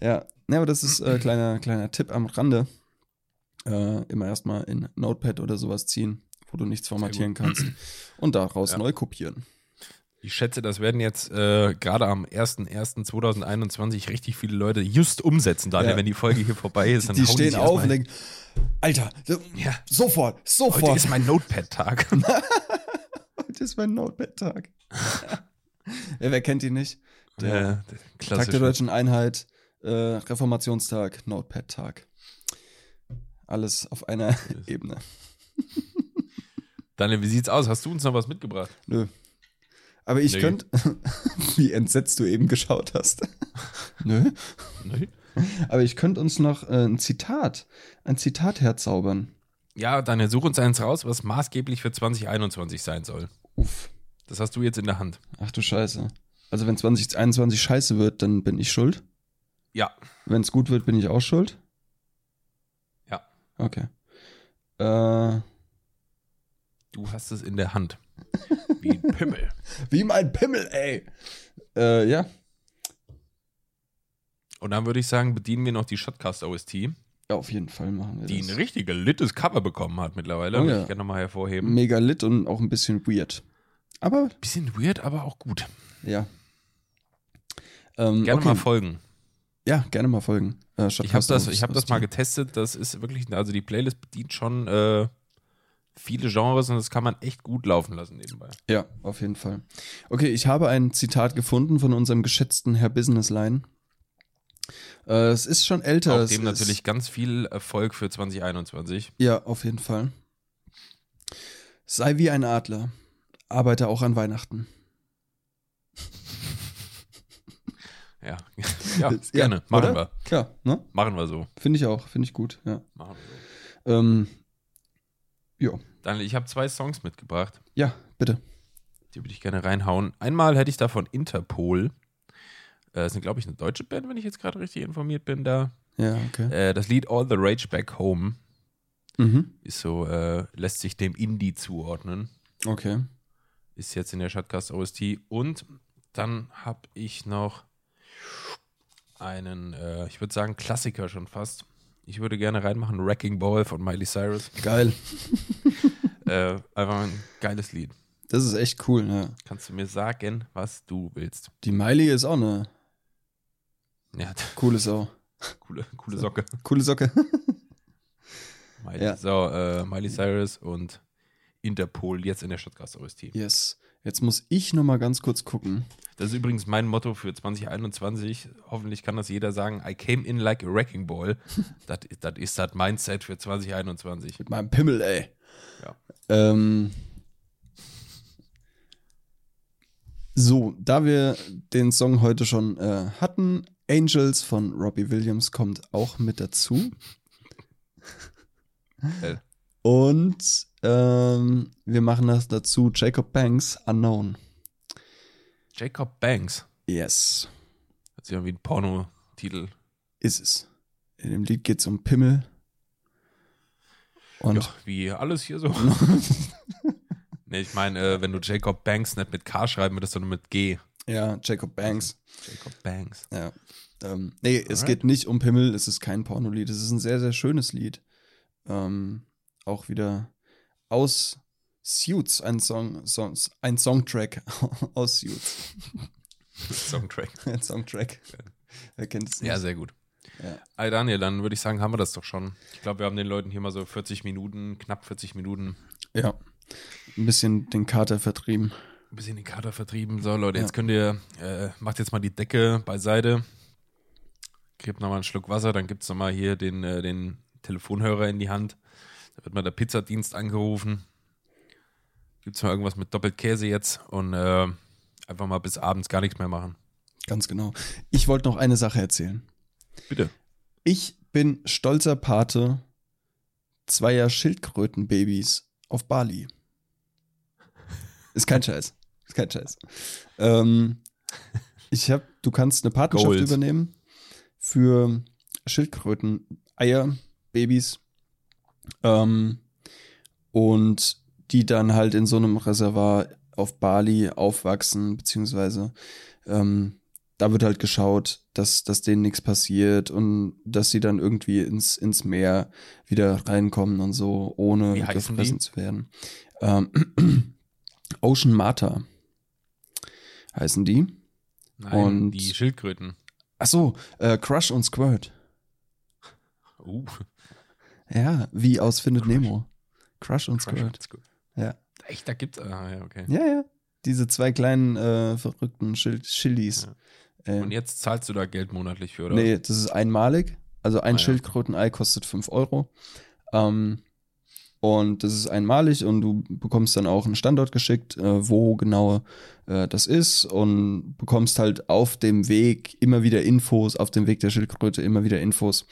Ja, ne, aber das ist äh, kleiner kleiner Tipp am Rande. Äh, immer erstmal in Notepad oder sowas ziehen, wo du nichts formatieren kannst und daraus Ja. neu kopieren. Ich schätze, das werden jetzt äh, gerade am 01.01.2021 richtig viele Leute just umsetzen, Daniel. Ja. Wenn die Folge hier vorbei ist, dann Die hauen stehen sich auf und erstmal hin. denken, Alter, so, Ja. sofort, sofort. Heute ist mein Notepad-Tag. Heute ist mein Notepad-Tag. ja, wer kennt die nicht? Der Der Tag klassische der Deutschen Einheit, äh, Reformationstag, Notepad-Tag. Alles auf einer Ebene. Daniel, wie sieht's aus? Hast du uns noch was mitgebracht? Nö. Aber ich Nö. könnte, wie entsetzt du eben geschaut hast. Nö. Aber ich könnte uns noch äh, ein Zitat, ein Zitat herzaubern. Ja, Daniel, such uns eins raus, was maßgeblich für 2021 sein soll. Uff. Das hast du jetzt in der Hand. Ach du Scheiße. Also wenn 2021 scheiße wird, dann bin ich schuld. Ja. Wenn es gut wird, bin ich auch schuld. Ja. Okay. Äh, Du hast es in der Hand. Wie ein Pimmel. wie mein Pimmel, ey. Äh, ja. Und dann würde ich sagen, bedienen wir noch die Shotcast OST, die ja. Auf jeden Fall machen wir ein das. richtig littes Cover bekommen hat mittlerweile. Oh Würde ja. Ich gerne nochmal hervorheben. Mega lit und auch ein bisschen weird. Aber Bisschen weird, aber auch gut. ja. Ähm, Gerne okay. mal folgen. Ja, gerne mal folgen. Äh, Shotcast Ich habe das, auf ich hab das mal Spotify. getestet. Das ist wirklich, also die Playlist bedient schon äh, viele Genres und das kann man echt gut laufen lassen nebenbei. Ja, auf jeden Fall. Okay, ich habe ein Zitat gefunden von unserem geschätzten Herr Businessline. Äh, es ist schon älter. Auch es dem ist, natürlich ganz viel Erfolg für 2021. Ja, auf jeden Fall. Sei wie ein Adler, arbeite auch an Weihnachten. Ja, ja Ja, gerne. Machen wir. oder? Ja, ne? Machen wir so. Finde ich auch, finde ich gut, ja. Machen wir so. Ähm, Ja. Daniel, ich habe zwei Songs mitgebracht. Ja, bitte. Die würde ich gerne reinhauen. Einmal hätte ich da von Interpol. Äh, Das sind, glaube ich, eine deutsche Band, wenn ich jetzt gerade richtig informiert bin da. Ja, okay. Äh, das Lied All the Rage Back Home Mhm. ist so, äh, lässt sich dem Indie zuordnen. Okay. Ist jetzt in der Shotcast OST. Und dann habe ich noch einen, äh, ich würde sagen, Klassiker schon fast. Ich würde gerne reinmachen, Wrecking Ball von Miley Cyrus. Geil. Äh, einfach ein geiles Lied. Das ist echt cool, ne? Kannst du mir sagen, was du willst. Die Miley ist auch eine Ja, coole Sau. coole, coole Socke. Coole Socke. Miley, Ja. So, äh, Miley Cyrus und Interpol jetzt in der Shotcast OST. Yes. Jetzt muss ich noch mal ganz kurz gucken. Das ist übrigens mein Motto für 2021. Hoffentlich kann das jeder sagen. I came in like a wrecking ball. Das das ist das Mindset für 2021. Mit meinem Pimmel, ey. Ja. Ähm, so, da wir den Song heute schon äh, hatten, Angels von Robbie Williams kommt auch mit dazu. Geil. Und ähm, wir machen das dazu Jacob Banks Unknown. Jacob Banks. Yes, Das ist irgendwie ein Porno-Titel. ist es. In dem Lied geht es um Pimmel. Und Ja, wie alles hier so. nee, ich meine, äh, wenn du Jacob Banks nicht mit K schreiben würdest, sondern mit G. ja, Jacob Banks. Jacob Banks. Ja. Ähm, nee, es Alright. geht nicht um Pimmel, es ist kein Pornolied, es ist ein sehr, sehr schönes Lied. Ähm, auch wieder aus Suits, ein Song, Songs, ein Songtrack aus Suits. Songtrack. Ein Songtrack. Wer kennt es nicht? Ja, sehr gut. Ja. Hey Daniel, dann würde ich sagen, haben wir das doch schon. Ich glaube, wir haben den Leuten hier mal so 40 Minuten, knapp 40 Minuten, ja. Ein bisschen den Kater vertrieben. ein bisschen den Kater vertrieben. So, Leute, Ja. jetzt könnt ihr, äh, macht jetzt mal die Decke beiseite, gebt nochmal einen Schluck Wasser, dann gibt es nochmal hier den, äh, den Telefonhörer in die Hand. Da wird mal der Pizzadienst angerufen. Gibt es mal irgendwas mit Doppelkäse jetzt und äh, einfach mal bis abends gar nichts mehr machen. Ganz genau. Ich wollte noch eine Sache erzählen. Bitte. Ich bin stolzer Pate zweier Schildkrötenbabys auf Bali. Ist kein Scheiß. Ist kein Scheiß. Ähm, ich hab, du kannst eine Patenschaft Goals. übernehmen für Schildkröten, Eier, Babys. Ähm, und die dann halt in so einem Reservoir auf Bali aufwachsen, beziehungsweise ähm, da wird halt geschaut, dass, dass denen nichts passiert und dass sie dann irgendwie ins, ins Meer wieder reinkommen und so, ohne Wie heißen gefressen die? zu werden. Ähm, Ocean Mata heißen die. Nein, Und- die Schildkröten. Ach so, äh, Crush und Squirt. Uh, Ja, wie aus Findet Crush. Nemo. Crush und Crush Squirt. und Squirt. Ja. Echt, da gibt's. Ah, ja, okay. Ja, ja. Diese zwei kleinen äh, verrückten Schil Chilis. Ähm, Und jetzt zahlst du da Geld monatlich für, oder? Nee, das ist einmalig. Also ein Ah, ja. Schildkrötenei kostet 5 Euro. Ähm, und das ist einmalig und du bekommst dann auch einen Standort geschickt, äh, wo genau äh, das ist und bekommst halt auf dem Weg immer wieder Infos, auf dem Weg der Schildkröte immer wieder Infos,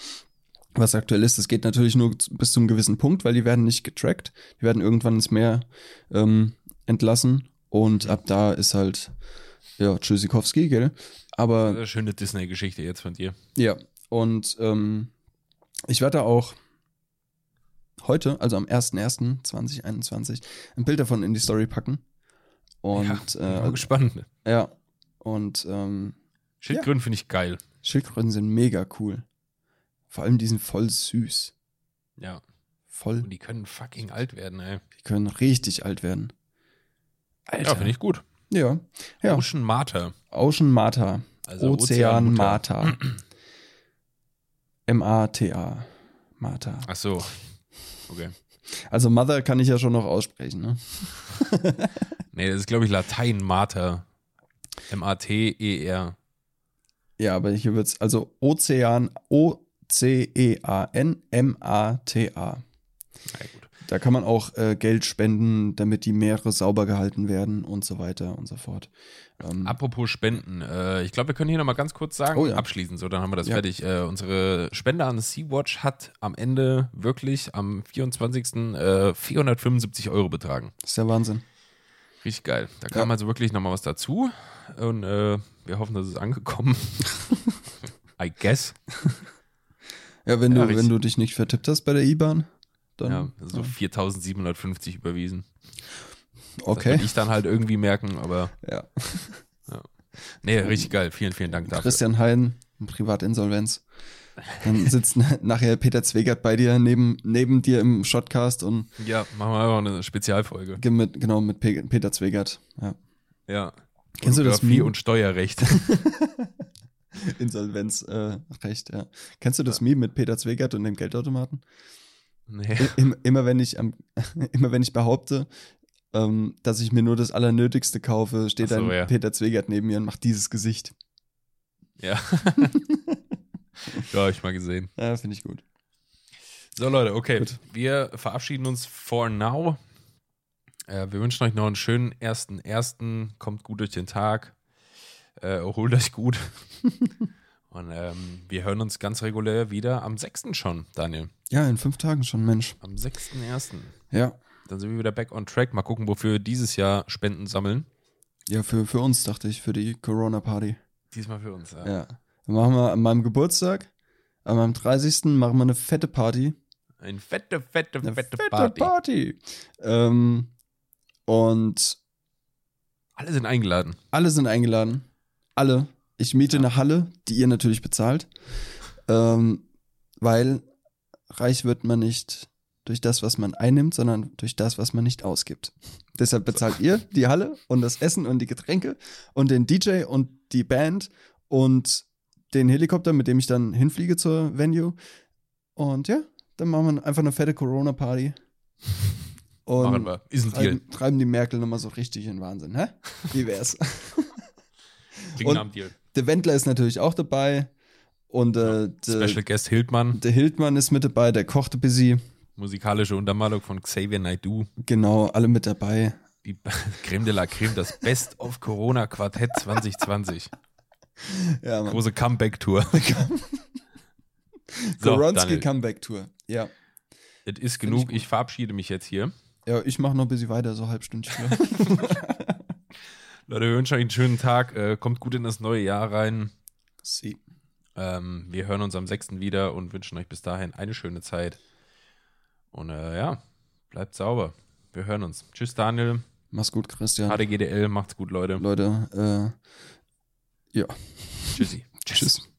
was aktuell ist. Das geht natürlich nur z- bis zu einem gewissen Punkt, weil die werden nicht getrackt. Die werden irgendwann ins Meer ähm, entlassen und ab da ist halt, ja, Tschüssikowski, gell? Das Aber ist eine Äh, schöne Disney-Geschichte jetzt von dir. ja, und ähm, ich werde auch heute, also am 01.01.2021, ein Bild davon in die Story packen. Und ja, bin ja, mal äh, gespannt. ja und ähm, Schildkröten finde ich geil. Schildkröten sind mega cool. Vor allem die sind voll süß. Ja. Voll, Und die können fucking alt werden, ey. die können richtig alt werden. Ja, finde ich gut. Ja, ja. Ocean Mater. Ocean Mata. Also Ozean Ozeanmutter. Mata. M-A-T-A. Mata. Ach so. Okay. Also Mother kann ich ja schon noch aussprechen, ne? Nee, das ist, glaube ich, Latein Mater. M-A-T-E-R. Ja, aber hier wird's also Ozean O C E A N M A T A. Ja, gut. Da kann man auch äh, Geld spenden, damit die Meere sauber gehalten werden und so weiter und so fort. Ähm, Apropos Spenden, äh, ich glaube, wir können hier nochmal ganz kurz sagen, Oh ja. abschließend, so, dann haben wir das Ja. fertig. Äh, unsere Spende an Sea-Watch hat am Ende wirklich am 24. Äh, 475 Euro betragen. ist der Wahnsinn. Richtig geil. Da kam Ja. also wirklich nochmal was dazu und äh, wir hoffen, dass es angekommen. I guess. Ja, wenn, Ja, du, richtig. wenn du dich nicht vertippt hast bei der IBAN, dann. Ja, so 4750 überwiesen. Das okay. werd ich dann halt irgendwie merken, aber Ja. nee, richtig geil. Vielen, vielen Dank dafür. Oh. Christian Hein, Privatinsolvenz. Dann sitzt na- nachher Peter Zwegert bei dir, neben, neben dir im Shotcast und Ja, machen wir einfach eine Spezialfolge. ge- mit, genau mit Pe Peter Zwegert. Ja. Ja. Kennst du das Fotografie Meme? und Steuerrecht. Insolvenzrecht, äh, Recht, ja. Kennst du das Meme mit Peter Zwegert und dem Geldautomaten? nee. Im, immer, wenn ich am, immer wenn ich behaupte, ähm, dass ich mir nur das Allernötigste kaufe, steht Ach so, dann ja. Peter Zwegert neben mir und macht dieses Gesicht. Ja. ja, hab ich mal gesehen. Ja, finde ich gut. So, Leute, okay. Gut. Wir verabschieden uns for now. Äh, wir wünschen euch noch einen schönen ersten, ersten. Kommt gut durch den Tag. Äh, erholt euch gut. Und ähm, wir hören uns ganz regulär wieder am 6. schon, Daniel. Ja, in fünf Tagen schon, Mensch. Am 6.1. Ja. Dann sind wir wieder back on track. Mal gucken, wofür wir dieses Jahr Spenden sammeln. Ja, für, für uns, dachte ich, für die Corona-Party. Diesmal für uns. Ja. Ja. Dann machen wir an meinem Geburtstag, an meinem 30. machen wir eine fette Party. Eine fette, fette, Eine fette, Party. Ähm, und Alle sind eingeladen. alle sind eingeladen. Alle. Ich miete eine Halle, die ihr natürlich bezahlt. Ähm, weil reich wird man nicht durch das, was man einnimmt, sondern durch das, was man nicht ausgibt. Deshalb bezahlt ihr die Halle und das Essen und die Getränke und den DJ und die Band und den Helikopter, mit dem ich dann hinfliege zur Venue. Und ja, dann machen wir einfach eine fette Corona-Party. Und Machen wir. Ist ein Deal. Treiben, treiben die Merkel nochmal so richtig in Wahnsinn, hä? Wie wär's? Klingt und- nach einem Deal. der Wendler ist natürlich auch dabei und äh, Special der, Guest Hildmann. der Hildmann ist mit dabei, der kochte busy. Musikalische Untermalung von Xavier Naidoo. Genau, alle mit dabei. Die B- Creme de la Creme, das Best of Corona Quartett 2020. Ja, Mann. Große Comeback-Tour. so, Goronski Daniel, Comeback Tour. Ja. es ist Find ich genug. gut. Ich verabschiede mich jetzt hier. Ja, ich mache noch ein bisschen weiter, so halbstündchen. Leute, wir wünschen euch einen schönen Tag. Äh, kommt gut in das neue Jahr rein. Sie. Ähm, wir hören uns am 6. wieder und wünschen euch bis dahin eine schöne Zeit. Und äh, ja, bleibt sauber. Wir hören uns. Tschüss, Daniel. Mach's gut, Christian. HDGDL. Macht's gut, Leute. Leute, äh, Tschüssi. tschüss.